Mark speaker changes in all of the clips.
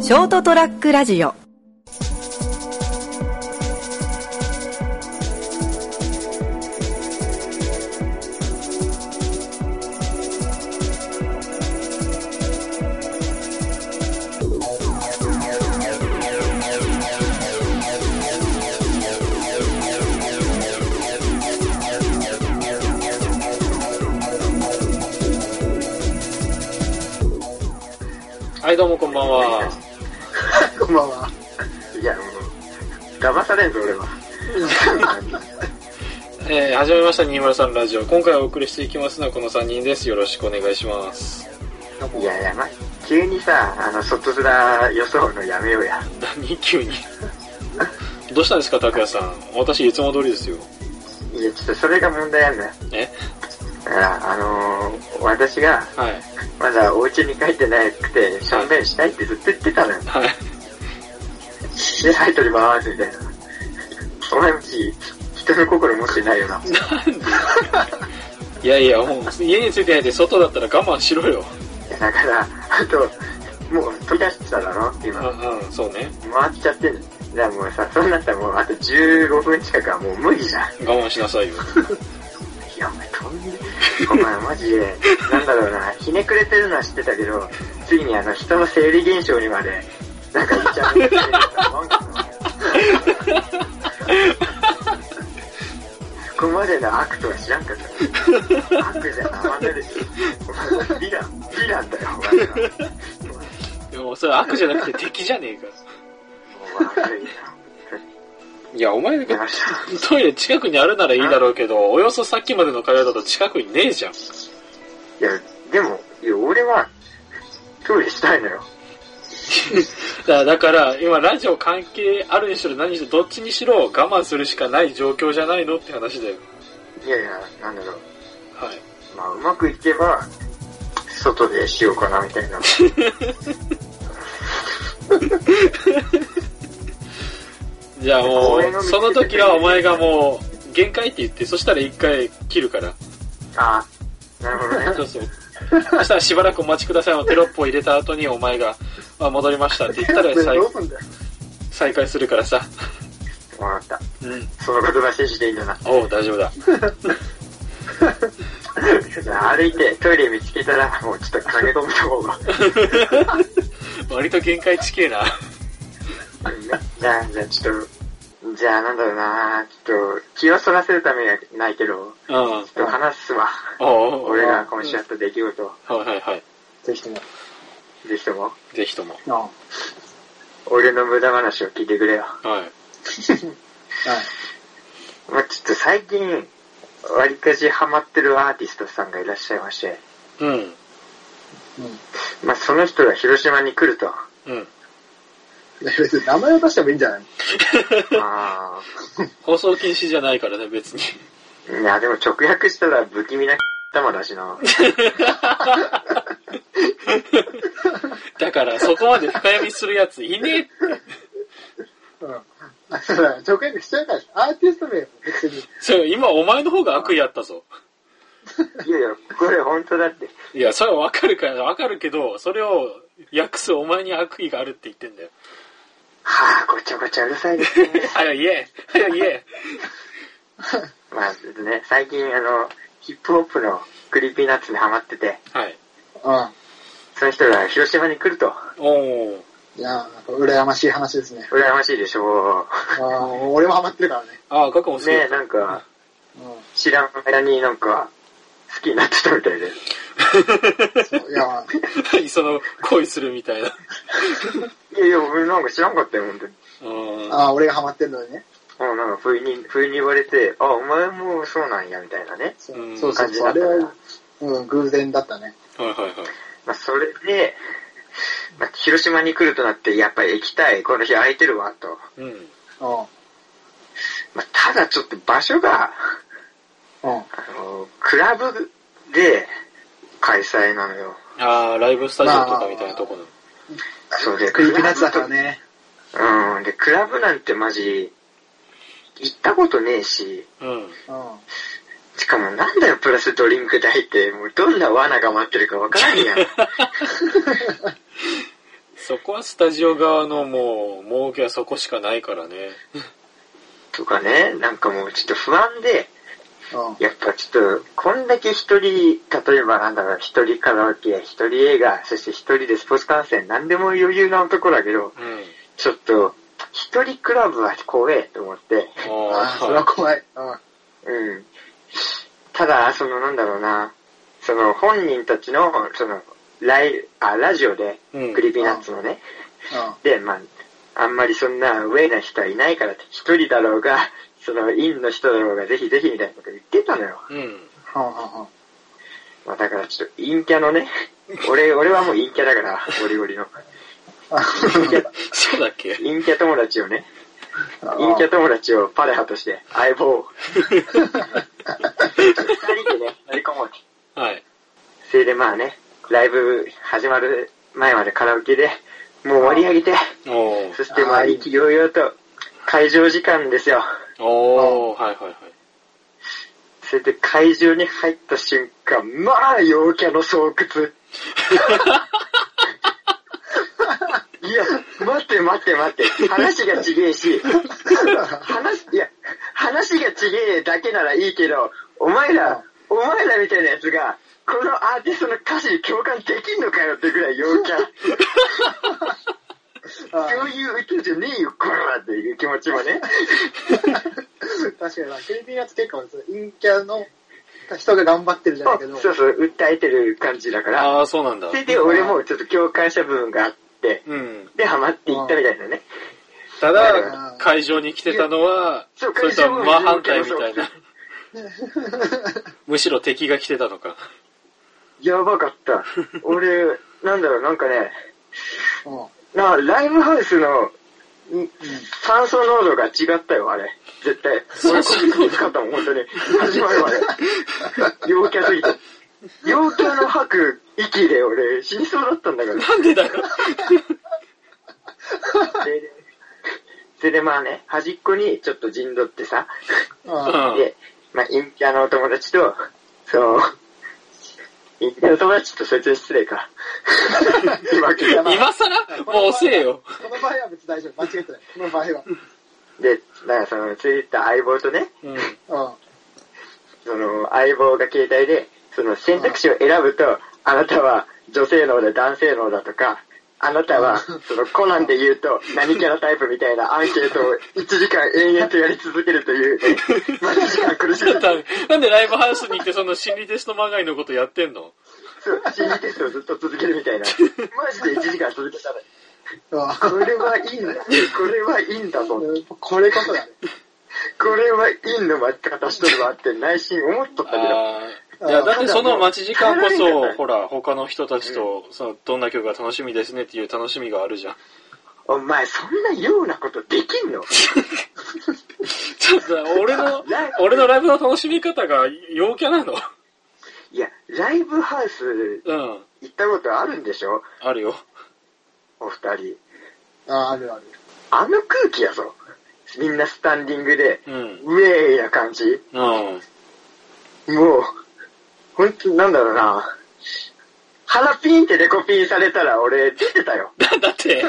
Speaker 1: ショートトラックラジオ
Speaker 2: はい、どうもこんばんは。
Speaker 3: こんばんは。
Speaker 4: いや、もう、騙されんぞ、俺は。
Speaker 2: えー、始めました、203ラジオ。今回お送りしていきますのはこの3人です。よろしくお願いします。
Speaker 3: どうも
Speaker 4: いやいや、ま、急にさ、あの、外面予想のやめようや。
Speaker 2: 何急に。どうしたんですか、拓也さん。私、いつも通りですよ。
Speaker 4: いや、ちょっとそれが問題なんだよ。
Speaker 2: え
Speaker 4: だから、あのー、私が、
Speaker 2: はい。
Speaker 4: まだお家に帰ってなくて、ションベンしたいってずっと言ってたのよ。
Speaker 2: はい。
Speaker 4: で、はい、取ります、みたいな。お前もち、人の心持ってないよな。
Speaker 2: いやいや、もう、家に着いてないで、外だったら我慢しろよ。
Speaker 4: いや、だから、あと、もう飛び出してただろ、
Speaker 2: う
Speaker 4: 今。
Speaker 2: ん、うん、そうね。
Speaker 4: 回っちゃってる。じゃあもうさ、そうなったらもう、あと15分近くはもう無理じゃん。
Speaker 2: 我慢しなさい よ。
Speaker 4: いや、お前、とんで、お前、マジで、なんだろうな、ひねくれてるのは知ってたけど、ついにあの、人の生理現象にまで、なんか言っちゃってるっていうかここまでの悪とは知らんかった。悪じゃなまねるし、お前、美談、美談だよ、お前は。
Speaker 2: でも、それ悪じゃなくて敵じゃねえか。
Speaker 4: お前悪い
Speaker 2: いや、お前
Speaker 4: な。
Speaker 2: が、トイレ近くにあるならいいだろうけど、およそさっきまでの会話だと近くにねえじゃん。
Speaker 4: いや、でも、いや、俺は、トイレしたいのよ。
Speaker 2: だだから、今、ラジオ関係あるにしろ何にしろ、どっちにしろ我慢するしかない状況じゃないのって話だよ。
Speaker 4: いやいや、なんだろう。
Speaker 2: はい。
Speaker 4: まあ、うまくいけば、外でしようかな、みた いな。
Speaker 2: じゃあも
Speaker 4: 公園を
Speaker 2: う、
Speaker 4: 見つけて
Speaker 2: その時はお前がもう、限界って言って、そしたら一回切るから。
Speaker 4: ああ、なるほどね。
Speaker 2: そうそう。そしたらしばらくお待ちくださいのテロップを入れた後にお前が、あ、戻りましたって言 ったら再
Speaker 3: どうすんだよ。
Speaker 2: 再開するからさ。
Speaker 4: わかっ
Speaker 2: うん。
Speaker 4: た。その言葉信じていいんだな。
Speaker 2: おう、大丈夫だ。
Speaker 4: じゃあ歩いてトイレ見つけたら、もうちょっと駆け込むとこうが。
Speaker 2: 割と限界近えな。
Speaker 4: じゃあ、じゃあちょっと、じゃあなんだろうな、ちょっと、気をそらせるためにはないけど、
Speaker 2: うん。おう
Speaker 4: ちょっと話すわ。
Speaker 2: おうおう
Speaker 4: 俺が今週やった出来事を、
Speaker 2: はいはいはい。
Speaker 3: ぜひとも。
Speaker 4: ぜひとも、
Speaker 2: ぜひとも。
Speaker 3: あ
Speaker 4: 俺の無駄話を聞いてくれよ。
Speaker 2: はい。
Speaker 3: あはい。
Speaker 4: まあ、ちょっと最近、わりかしハマってるアーティストさんがいらっしゃいまして、
Speaker 2: うん。
Speaker 3: う
Speaker 4: まあ、その人が広島に来 ると。
Speaker 2: うん。
Speaker 3: ん。別に名前を出してもいいんじゃないの
Speaker 4: あ
Speaker 2: 放送禁止じゃないからね、別に。
Speaker 4: あ。いや、でも直訳したら不気味な玉だしな。
Speaker 2: だから、そこまで深読みするやついねえ。
Speaker 3: うん。あ、そうだ、条件にしちゃうから、アーティスト名も別に。
Speaker 2: それ、今お前の方が悪意あったぞ。
Speaker 4: いやいや、これ本当だって。
Speaker 2: いや、それはわかるから、わかるけど、それを訳すお前に悪意があるって言ってんだよ。
Speaker 4: はあ、ごちゃごちゃうるさいですね。
Speaker 2: 早い言え。早い言え。
Speaker 4: まあ、ね、最近あの、ヒップホップのクリーピーナッツにハマってて、
Speaker 2: はい。
Speaker 3: う
Speaker 4: その人が広島に来ると。
Speaker 2: おお。
Speaker 3: ん。いやー、なんか羨ましい話ですね。
Speaker 4: 羨ましいでしょ
Speaker 3: ああ、俺もハマってるからね。
Speaker 2: ああ、過去も好
Speaker 4: う。
Speaker 2: き
Speaker 4: ね
Speaker 2: だ
Speaker 4: え、なんか、
Speaker 3: う
Speaker 4: 知らん間になんか、好きになってたみたいで。
Speaker 3: ん。いやー、
Speaker 2: 何その、恋するみたいな。
Speaker 4: いやいや、俺なんか知らんかったよ、本当に。
Speaker 2: うん。
Speaker 3: ああ、俺がハマってるのにね。
Speaker 4: もうなんか、不意に、不意に言われて、あ、お前もそうなんや、みたいなね。
Speaker 3: そううんそうそうそう。あれは、うん、偶然だったね。
Speaker 2: はいはいはい。
Speaker 4: まあ、それで、まあ、広島に来るとなって、やっぱり行きたい、この日空いてるわ、と。
Speaker 2: うん。
Speaker 3: う
Speaker 4: まあ、ただちょっと場所が、
Speaker 3: ん。うん。
Speaker 4: あの、クラブで開催なのよ。
Speaker 2: ああ、ライブスタジオとかみたいなとこの。
Speaker 4: そうで、
Speaker 3: クリーピーナッツだからね。
Speaker 4: クラブ。うん、で、クラブなんてマジ、行ったことねえし、
Speaker 2: うん。
Speaker 3: うん。
Speaker 4: しかもなんだよ、プラスドリンク 代って、もうどんな罠が待ってるかわからんやん。
Speaker 2: そこはスタジオ側のもう、儲けはそこしかないからね。
Speaker 4: とかね、なんかもうちょっと不安で、
Speaker 3: うん。
Speaker 4: やっぱちょっと、こんだけ一人、例えばなんだろう、一人カラオケ、一人映画、そして一人でスポーツ観戦、なんでも余裕な男だけど、
Speaker 2: うん。
Speaker 4: ちょっと、一人クラブは怖えと思って、
Speaker 3: ああ、それは
Speaker 2: あ
Speaker 3: 怖い。うん。
Speaker 4: うん。ただ、そのなんだろうな、その本人たちの、その、ライあラジオで、
Speaker 2: うん
Speaker 4: クリーピーナッツのね、
Speaker 3: うん。
Speaker 4: で、まあ、あんまりそんなウェイな人はいないからって、一人だろうが、その、インの人だろうが、ぜひぜひみたいなこと言ってたのよ。
Speaker 2: うん。
Speaker 3: はんはんはん。
Speaker 4: まあだからちょっと陰キャのね、俺、俺はもう陰キャだから、ゴリゴリの。陰キャ、
Speaker 2: そうだっけ
Speaker 4: 陰キャ友達をね、
Speaker 3: あ
Speaker 4: 陰キャ友達をパレハとして、相棒を。二人でね、乗り込もうって。
Speaker 2: はい。
Speaker 4: それでまあね、ライブ始まる前までカラオケで、もう盛り上げて、
Speaker 2: おー
Speaker 4: そしてまあ
Speaker 3: あー
Speaker 4: 意気揚々と、会場時間ですよ。
Speaker 2: おー、はいはいはい。
Speaker 4: それで会場に入った瞬間、まあ陽キャの巣窟。いや、待って待って待って、話がちげえし、話、いや、話がちげえだけならいいけど、お前ら、お前らみたいなやつが、このアーティストの歌詞に共感できんのかよってぐらい陽キャ。
Speaker 3: あ
Speaker 4: そういう歌じゃねえよ、これはっていう気持ちもね。
Speaker 3: 確かにな、クリーピーナッツ結構、陰キャの人が頑張ってるじゃないけど、
Speaker 4: そうそう、訴えてる感じだから。
Speaker 2: ああ、そうなんだ
Speaker 4: そ。れで俺もちょっと共感した部分があって、
Speaker 2: うん。
Speaker 4: で、ハマっていったみたいなね。
Speaker 2: た
Speaker 3: う
Speaker 2: だ
Speaker 3: ん、
Speaker 2: 会場に来てたのは、そ
Speaker 4: そう
Speaker 2: れとは真反対みたい
Speaker 4: 会場
Speaker 2: な。むしろ敵が来てたのか。
Speaker 4: やばかった。俺、なんだろう、なんかね、
Speaker 3: うん。うん。
Speaker 4: なライブハウスの酸素濃度が違ったよ、あれ。絶対。俺、こっち使ったもん、本当に。始まるまで。陽キャすぎて。陽キャの吐く息で俺、死にそうだったんだから。
Speaker 2: なんでだよ。
Speaker 4: それで、それでまあね、端っこにちょっと陣取ってさ、
Speaker 3: うん。
Speaker 2: うん
Speaker 4: で、まあ、陰キャのお友達と、その、陰キャの友達とそいつは失礼か。今聞い た
Speaker 2: 今更もう遅えよ。
Speaker 3: この場合は別に大丈夫。間違ってない。この場合は。
Speaker 4: で、なんかその、ついた相棒とね、
Speaker 2: うん。
Speaker 4: その、相棒が携帯で、その選択肢を選ぶと、あなたは女性能だ、男性能だとか、あなたは、その、コナンで言うと、何キャラタイプみたいなアンケートを1時間延々とやり続けるとい う、ね、まあ、1時間苦し
Speaker 2: だ
Speaker 4: か
Speaker 2: っ
Speaker 4: った。
Speaker 2: てなんでライブハウスに行ってその心理テストまがいのことやってんの
Speaker 4: そう、心理テストをずっと続けるみたいな。マジで1時間続けたら、こ
Speaker 3: う
Speaker 4: れはいいんだ。これはいいんだと。
Speaker 3: ん。うん。これこそだね。
Speaker 4: これはいいの待ち方しとるわって内心思っとったけど。
Speaker 2: ああ。いや、だってその待ち時間こ
Speaker 4: ただもう
Speaker 2: そ、ほら、他の人たちと、その、どんな曲が楽しみですねっていう楽しみがあるじゃん。
Speaker 4: お前、そんなようなことできんの
Speaker 2: ちょっと、俺の、俺のライブの楽しみ方が陽キャなの
Speaker 4: いや、ライブハウス
Speaker 2: うん。
Speaker 4: 行ったことあるんでしょ
Speaker 2: あるよ。
Speaker 4: お二人。
Speaker 3: あ、あるある。
Speaker 4: あの空気やぞ。みんなスタンディングで、
Speaker 2: うん。
Speaker 4: ウェーイな感じ。
Speaker 2: うん。
Speaker 4: もう、ほんと、なんだろうな。腹ピンってデコピンされたら俺出てたよ。
Speaker 2: だって、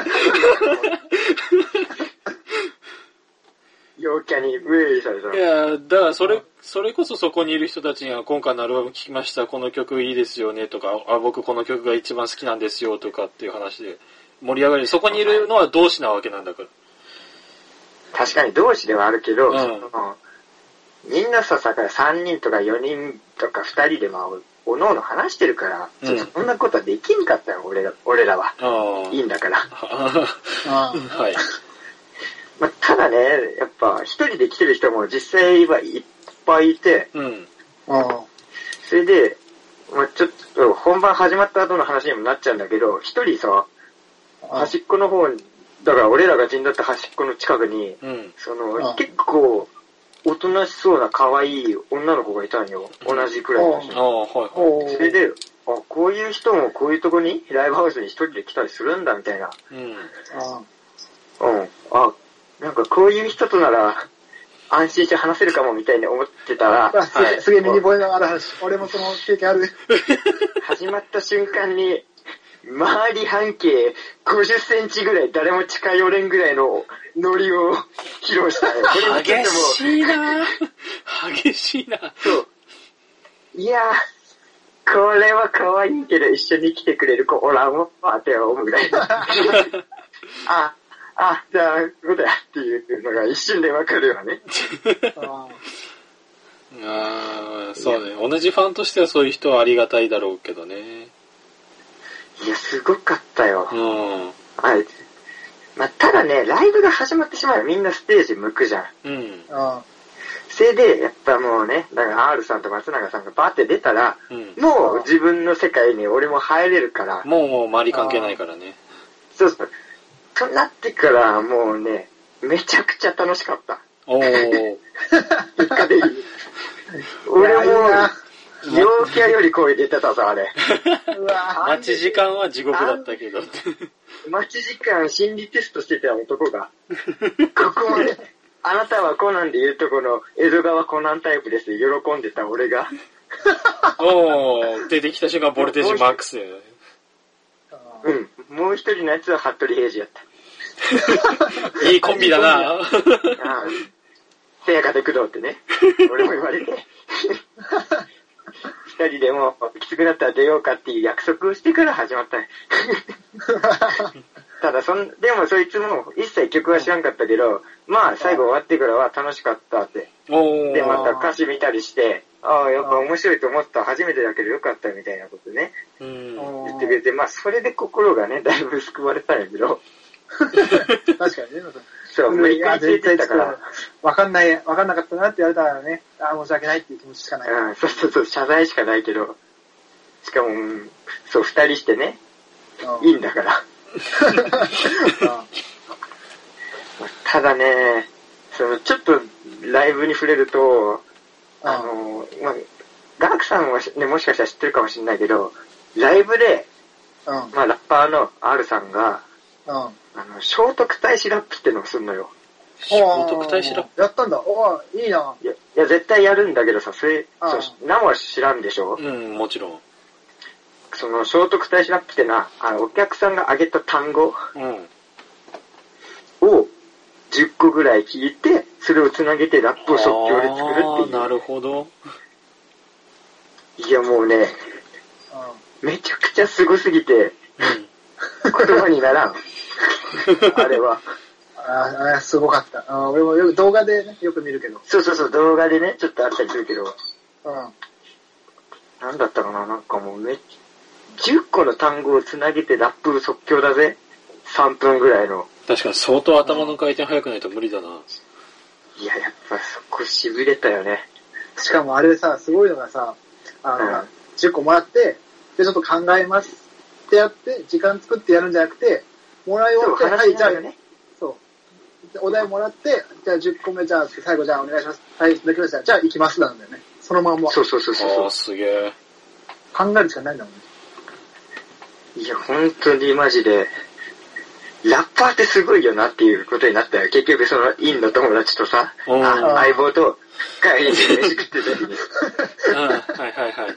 Speaker 4: 陽キャにウェーイされた
Speaker 2: い
Speaker 4: ら。
Speaker 2: や、だからそれ、それこそそこにいる人たちが今回のアルバム聴きました、この曲いいですよねとか、あ、僕この曲が一番好きなんですよとかっていう話で盛り上がり、そこにいるのは同志なわけなんだから。
Speaker 4: 確かに同士ではあるけど、
Speaker 2: うん
Speaker 4: そのみんなさ、だから3人とか4人とか2人でまあ、おのおの話してるから、
Speaker 2: うん
Speaker 4: ちょっとそんなことはできんかったよ、俺ら俺らは。
Speaker 2: あ
Speaker 4: いいんだから。
Speaker 2: あ。
Speaker 3: あ
Speaker 2: はい。
Speaker 4: まあ、ただね、やっぱ一人で来てる人も実際はいっぱいいて、
Speaker 2: うん。
Speaker 3: あ。
Speaker 4: それで、まあ、ちょっと本番始まった後の話にもなっちゃうんだけど、一人さ、
Speaker 3: あ
Speaker 4: 端っこの方に、だから俺らが陣取った端っこの近くに、
Speaker 2: うん。
Speaker 4: そうの、
Speaker 3: ん
Speaker 4: 結構、おとなしそうな可愛い女の子がいたんよ。
Speaker 2: うん
Speaker 4: 同じくらいの
Speaker 2: あ
Speaker 4: 人
Speaker 2: あ、はいはい。
Speaker 3: お
Speaker 4: それで、あ、こういう人もこういうとこに、ライブハウスに一人で来たりするんだ、みたいな。
Speaker 2: うん。
Speaker 3: あ
Speaker 4: うん。あ、なんかこういう人となら、安心して話せるかも、みたいに思ってたら、
Speaker 3: あ。すげえ、すげえ、身に覚えのある話。俺もその経験ある。
Speaker 4: 始まった瞬間に、周り半径50センチぐらい、誰も近寄れんぐらいのノリを披露したよ。これ見てても
Speaker 2: 激しいな 激しいな
Speaker 4: そう。いやー、これは可愛いけど一緒に来てくれる子おらんわって思うぐらい。あ、あ、じゃあ、こうだっていうのが一瞬でわかるよね。
Speaker 3: あ
Speaker 2: あーそうね。同じファンとしてはそういう人はありがたいだろうけどね。
Speaker 4: いや、すごかったよ
Speaker 2: う。ん。
Speaker 4: あいつ。まあ、ただね、ライブが始まってしまえばみんなステージ向くじゃん。
Speaker 2: うん。
Speaker 3: ーあ
Speaker 4: それで、やっぱもうね、だから R さんと松永さんがバーって出たら、
Speaker 2: うん。
Speaker 4: もう自分の世界に俺も入れるから、
Speaker 2: もう、もう周り関係ないからね。
Speaker 4: そうそう。となってから、もうね、めちゃくちゃ楽しかった。
Speaker 2: おー。
Speaker 4: 一家でいい。
Speaker 3: ー。
Speaker 4: 俺
Speaker 3: いやいいな
Speaker 4: も、陽キャより声出てたぞ、あれ。
Speaker 3: うわ
Speaker 2: 待ち時間は地獄だったけど。
Speaker 4: 待ち時間心理テストしてた男が、 ここまで、あなたはコナンで言うとこの江戸川コナンタイプです。喜んでた俺 が。
Speaker 2: おー。出てきた瞬間、ボルテージマックス。
Speaker 3: ーあー
Speaker 4: うん。もう一人のやつは服部平次や った。
Speaker 2: いいコンビだな
Speaker 4: ああせやかで工藤ってね、俺も言わ れて。二人でもうきつくなったら出ようかっていう約束をしてから始まった。ただそん、でもそいつも一切曲は知らんかったけど、まあ最後終わってからは楽しかったって。
Speaker 2: お
Speaker 4: で、
Speaker 2: ー。
Speaker 4: また歌詞見たりして、ああ、やっぱ面白いと思った、初めてだけどよかったみたいなことね、
Speaker 2: うん。
Speaker 4: 言ってくれて、まあそれで心がね、だいぶ救われたんやけど、
Speaker 3: 確かにね。
Speaker 4: そう、もう一回ついてたから。
Speaker 3: わかんない、わかんなかったなって言われたらね、あー申し訳ないっていう気持ちしかない。
Speaker 4: うん、そうそうそう、謝罪しかないけど、しかも、うんそう、二人してね、
Speaker 3: うん
Speaker 4: いいんだから。
Speaker 3: うん
Speaker 4: ただね、その、ちょっと、ライブに触れると、あの、まあ、ガークさんはね、もしかしたら知ってるかもしれないけど、ライブで、
Speaker 3: うん
Speaker 4: まあ、ラッパーの R さんが、
Speaker 3: うん。
Speaker 4: あの、聖徳太子ラップってのをするのよ。
Speaker 2: 聖徳太子ラッ
Speaker 3: おーやったんだ。おーいいな。
Speaker 4: いや、いや絶対やるんだけどさ、それ、
Speaker 3: うん
Speaker 4: そう、何は知らんでしょ
Speaker 2: プ。うん、もちろん。
Speaker 4: その、聖徳太子ラップってのは、あの、お客さんが挙げた単語、
Speaker 2: うん。
Speaker 4: を10個ぐらい聞いて、それをつなげてラップを即興で作る
Speaker 2: あー
Speaker 4: っ
Speaker 2: なるほど。
Speaker 4: ていう。いやもうね、
Speaker 3: う
Speaker 4: めちゃくちゃすごすぎて、
Speaker 2: うん。
Speaker 4: 言葉になら ん。あれは。
Speaker 3: ん。ああ、すごかった。あー俺もよく動画でね、よく見るけど。
Speaker 4: そうそうそう、動画でね、ちょっとあったりするけど、
Speaker 3: うん。
Speaker 4: なんだったかな、なんかもうめ、10個の単語をつなげてラップ即興だぜ。3分ぐらいの。
Speaker 2: 確かに相当頭の回転早くないと無理だな。
Speaker 4: いや、やっぱそこ痺れたよね。
Speaker 3: しかもあれさ、すごいのがさ、あの、
Speaker 4: うん
Speaker 3: 10個もらって、で、ちょっと考えますってやって、時間作ってやるんじゃなくて、もらい終
Speaker 4: そう、
Speaker 3: わって、
Speaker 4: 話になるよ
Speaker 3: じゃ
Speaker 4: ね。
Speaker 3: あそう。でお題もらって、じゃあ10個目、じゃあ最後、じゃあお願いします。はい、できました。じゃあ行きますなんだよね。そのまんま。
Speaker 4: そうそうそうそ
Speaker 2: あ
Speaker 4: う
Speaker 2: あ、。すげえ。
Speaker 3: 考えるしかないんだもんね。
Speaker 4: いや、本当にマジで、ラッパーってすごいよなっていうことになったよ。結局その、インの友達とさ、
Speaker 2: うん
Speaker 4: あ相棒と、帰りに飯食ってた時に、
Speaker 2: うん、はいはいはい。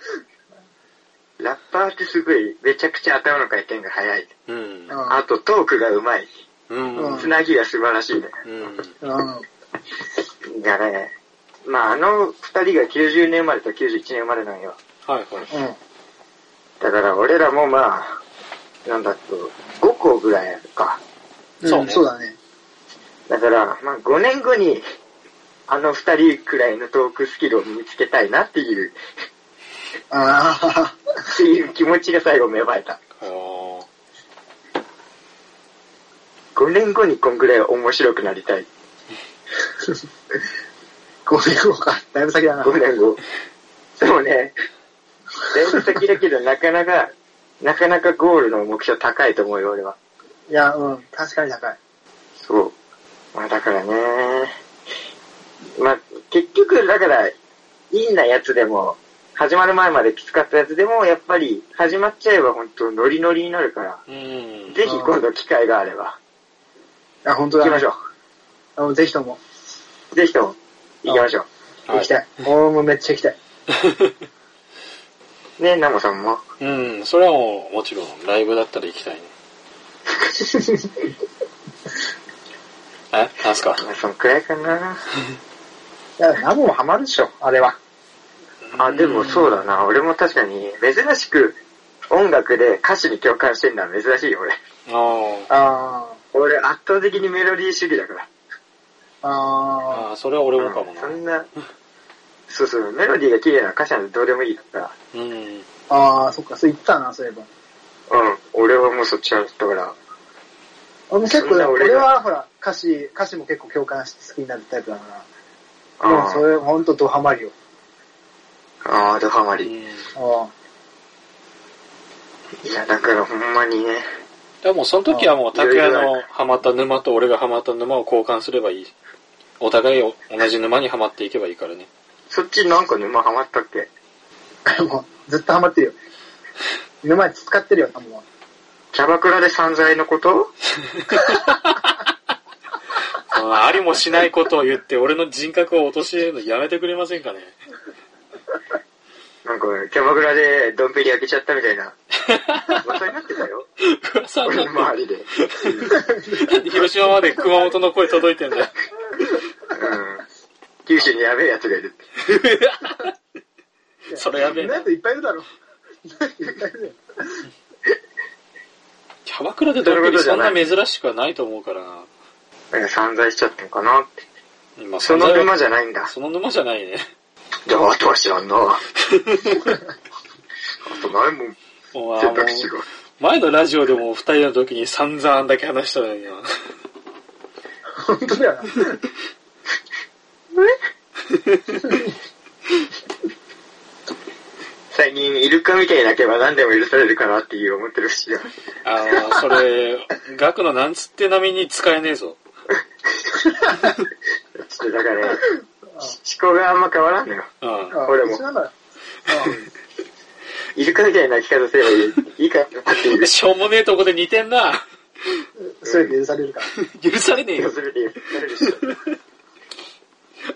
Speaker 4: ラッパーってすごい、めちゃくちゃ頭の回転が速い。
Speaker 2: うん。
Speaker 4: あと、トークがうまい。
Speaker 2: うん。
Speaker 3: うん
Speaker 4: つなぎが素晴らしいね。
Speaker 2: うん。
Speaker 3: うん。うん。
Speaker 4: がね、まあ、あの二人が90年生まれと91年生まれなんよ。
Speaker 2: はいはい。
Speaker 3: うん。
Speaker 4: だから、俺らもまあ、なんだと、5個ぐらいあるか。
Speaker 2: そうね
Speaker 3: んそうだね。
Speaker 4: だから、まあ、5年後に、あの二人くらいのトークスキルを身につけたいなっていう、
Speaker 3: ああ。
Speaker 4: っていう気持ちが最後芽生えた。
Speaker 2: あー
Speaker 4: 5年後にこんぐらい面白くなりたい。
Speaker 3: 5年後か。だいぶ先だな。
Speaker 4: 5年後。そうね。だいぶ先だけど、なかなか、なかなかゴールの目標高いと思うよ、俺は。
Speaker 3: いや、うん。確かに高い。
Speaker 4: そう。まあだからね。まあ結局、だから、いいなやつでも、始まる前まできつかったやつでも、やっぱり始まっちゃえば本当ノリノリになるから、
Speaker 2: うん。
Speaker 4: ぜひ今度機会があれば、
Speaker 3: あ、本
Speaker 4: 行
Speaker 3: 当だ、
Speaker 4: き
Speaker 3: ね。
Speaker 4: ましょ
Speaker 3: あもうぜひとも。
Speaker 4: う。ぜひとも、行きましょう。
Speaker 3: 行きたい。俺もめっちゃ行きたい。
Speaker 4: ね、ナモさんも。
Speaker 2: うん、それはもう、もちろん、ライブだったら行き たいね。えなんすか
Speaker 4: まあ、そんくらいかな。
Speaker 1: いや、ナボもハマるでしょ、あれは。
Speaker 4: あ、でもそうだな。俺も確かに、珍しく音楽で歌詞に共感してるのは珍しいよ、俺。
Speaker 2: あー
Speaker 3: あ
Speaker 4: 俺、圧倒的にメロディー主義だから。
Speaker 3: あ、ああ、
Speaker 2: あー、それは俺もかも
Speaker 4: うん
Speaker 2: な
Speaker 4: そ。んな、そうそう、メロディーが綺麗な歌詞なんてどうでもいいから。
Speaker 2: うん。
Speaker 3: ああ、そっか、それ言ってたな、そういえば。
Speaker 4: うん、俺はもうそっちだったから。
Speaker 3: 俺も結構、
Speaker 4: そんな俺
Speaker 3: 俺
Speaker 4: が
Speaker 3: はほら、歌詞、歌詞も結構共感して好きになるタイプだか
Speaker 4: あ
Speaker 3: ら。でもそ
Speaker 4: ー
Speaker 3: れ、ほんとドハマりよ。
Speaker 4: あー、ドハマ
Speaker 2: う
Speaker 4: り。
Speaker 2: ん
Speaker 3: あ
Speaker 4: いや、だからほんまにね。
Speaker 2: でも、その時はもう、拓也のハマった沼と俺がハマった沼を交換すればいい。お互いを同じ沼にはまっていけばいいからね。
Speaker 4: そっちなんか沼ハマったっけ
Speaker 3: あ。 もう、ずっとハマってるよ。目の前に使ってるよ、多分。
Speaker 4: キャバクラで散財のこと
Speaker 2: あありもしないことを言って、俺の人格を陥れるのやめてくれませんかね。
Speaker 4: なんか、キャバクラでドンペリ開けちゃったみたいな。噂になって たよ。
Speaker 2: 桑さん
Speaker 4: 俺
Speaker 2: だ
Speaker 4: の周りで。
Speaker 2: って広島まで熊本の声届いてんだよ。
Speaker 4: うん。九州にやべえやつがいるっ て。
Speaker 2: それやべえ
Speaker 3: そん
Speaker 2: な
Speaker 3: なや。ついっぱいいるだろ。そんなやついっぱいいるよ
Speaker 2: キャバクラでドッキリそんな珍しくはないと思うからな。
Speaker 4: なんか散財しちゃったのかなって。
Speaker 2: 今、
Speaker 4: その沼じゃないんだ。
Speaker 2: その沼じゃないね。
Speaker 4: じゃあ、あとは知 らんな。あとないもん、
Speaker 2: もうあ
Speaker 4: 選
Speaker 2: の
Speaker 4: 択肢が。
Speaker 2: 前のラジオでも二人の時に散々あんだけ話したのにな。
Speaker 3: ほんとだよな。
Speaker 4: 最近、イルカみたいに泣けば何でも許されるかなっていう思ってるし、
Speaker 2: あの、それ、額のなんつって並みに使えねえぞ。
Speaker 4: ちょっとだから、ね、思考があんま変わらんのよ。
Speaker 2: うん。
Speaker 3: あ
Speaker 4: 俺も
Speaker 3: 一緒なんだよ。
Speaker 4: イルカみたいな泣き方すればいいいいかなっていう。
Speaker 2: しょうもねえとこで似てんな。
Speaker 3: うんそれで許されるから。
Speaker 2: 許されねえよ。
Speaker 4: それで許されるし。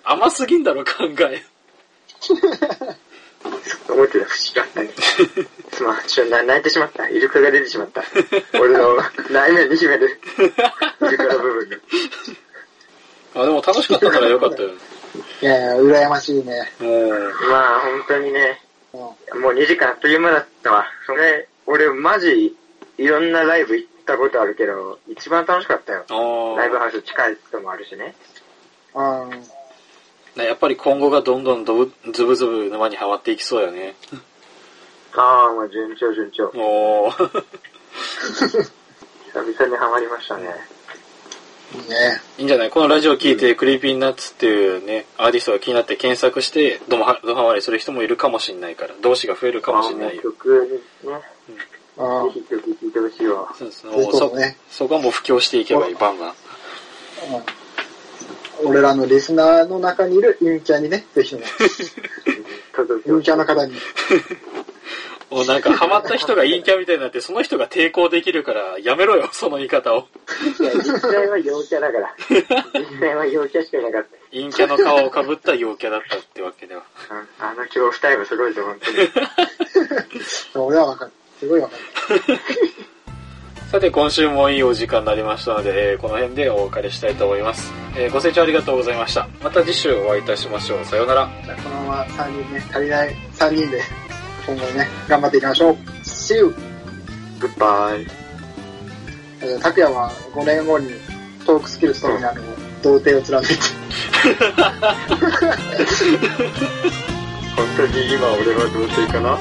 Speaker 2: 甘すぎんだろ、考え。
Speaker 4: 思ってた節があったね。すまん、ちょっとな泣いてしまった。イルカが出てしま った。俺の内面に秘める、イルカの部分が。
Speaker 2: あ、でも楽しかったからよかったよ。
Speaker 3: いやいや、羨ましいね。
Speaker 2: うん。
Speaker 4: まあ、本当にね、
Speaker 3: うん
Speaker 4: もう2時間あっという間だったわ。それ、俺マジ、いろんなライブ行ったことあるけど、一番楽しかったよ。
Speaker 2: あ
Speaker 4: ライブハウス近いともあるしね。
Speaker 3: う
Speaker 2: あ。
Speaker 3: ん。
Speaker 2: やっぱり今後がどんどんどぶずぶずぶ沼にはまっていきそうやね。
Speaker 4: ああ、もう順調順調。
Speaker 2: もう、
Speaker 4: 久々にハマりましたね。
Speaker 3: いいね。
Speaker 2: いいんじゃないこのラジオ聞いて、クリーピーナッツっていうね、アーティストが気になって検索して、ドマドハマりする人もいるかもしんないから、同志が増えるかもしんない
Speaker 4: あー
Speaker 2: よ。
Speaker 4: もう曲ね、ぜ
Speaker 3: うん。
Speaker 4: ひ曲聴いてほしいわ。
Speaker 2: そうですね。
Speaker 3: そう
Speaker 2: そ
Speaker 3: そうね
Speaker 2: そこはもう布教していけばいい、バンバン。
Speaker 3: うん俺らのリスナーの中にいる陰キャにね、ぜ ひね、
Speaker 4: 届け
Speaker 3: 陰キャの方に。
Speaker 2: もうなんかハマった人が陰キャみたいになって、その人が抵抗できるから、やめろよ、その言い方を。
Speaker 4: いや、実際は陽キャだ から。実際は陽キャしかいなかっ
Speaker 2: 陰キャの顔をかぶった陽キャだったってわけでは。
Speaker 4: た。うんあの恐怖タイムすごいぞ、本当に。
Speaker 3: 俺はわかる。すごいわかる。
Speaker 2: さて、今週もいいお時間になりましたので、えーこの辺でお別れしたいと思います。えーご清聴ありがとうございました。また次週お会いいたしましょう。さようなら。
Speaker 3: じゃあこのまま3人ね、足りない3人で、今後ね、頑張っていきましょう。See you!
Speaker 4: グッ バイ。
Speaker 3: えー拓也は5年後にトークスキルスともにあの、童貞を貫いて。
Speaker 4: 本当に今俺はどうしていいかな
Speaker 2: おー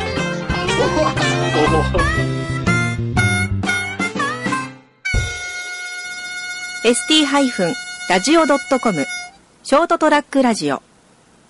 Speaker 5: ST-radio.com ショートトラックラジオ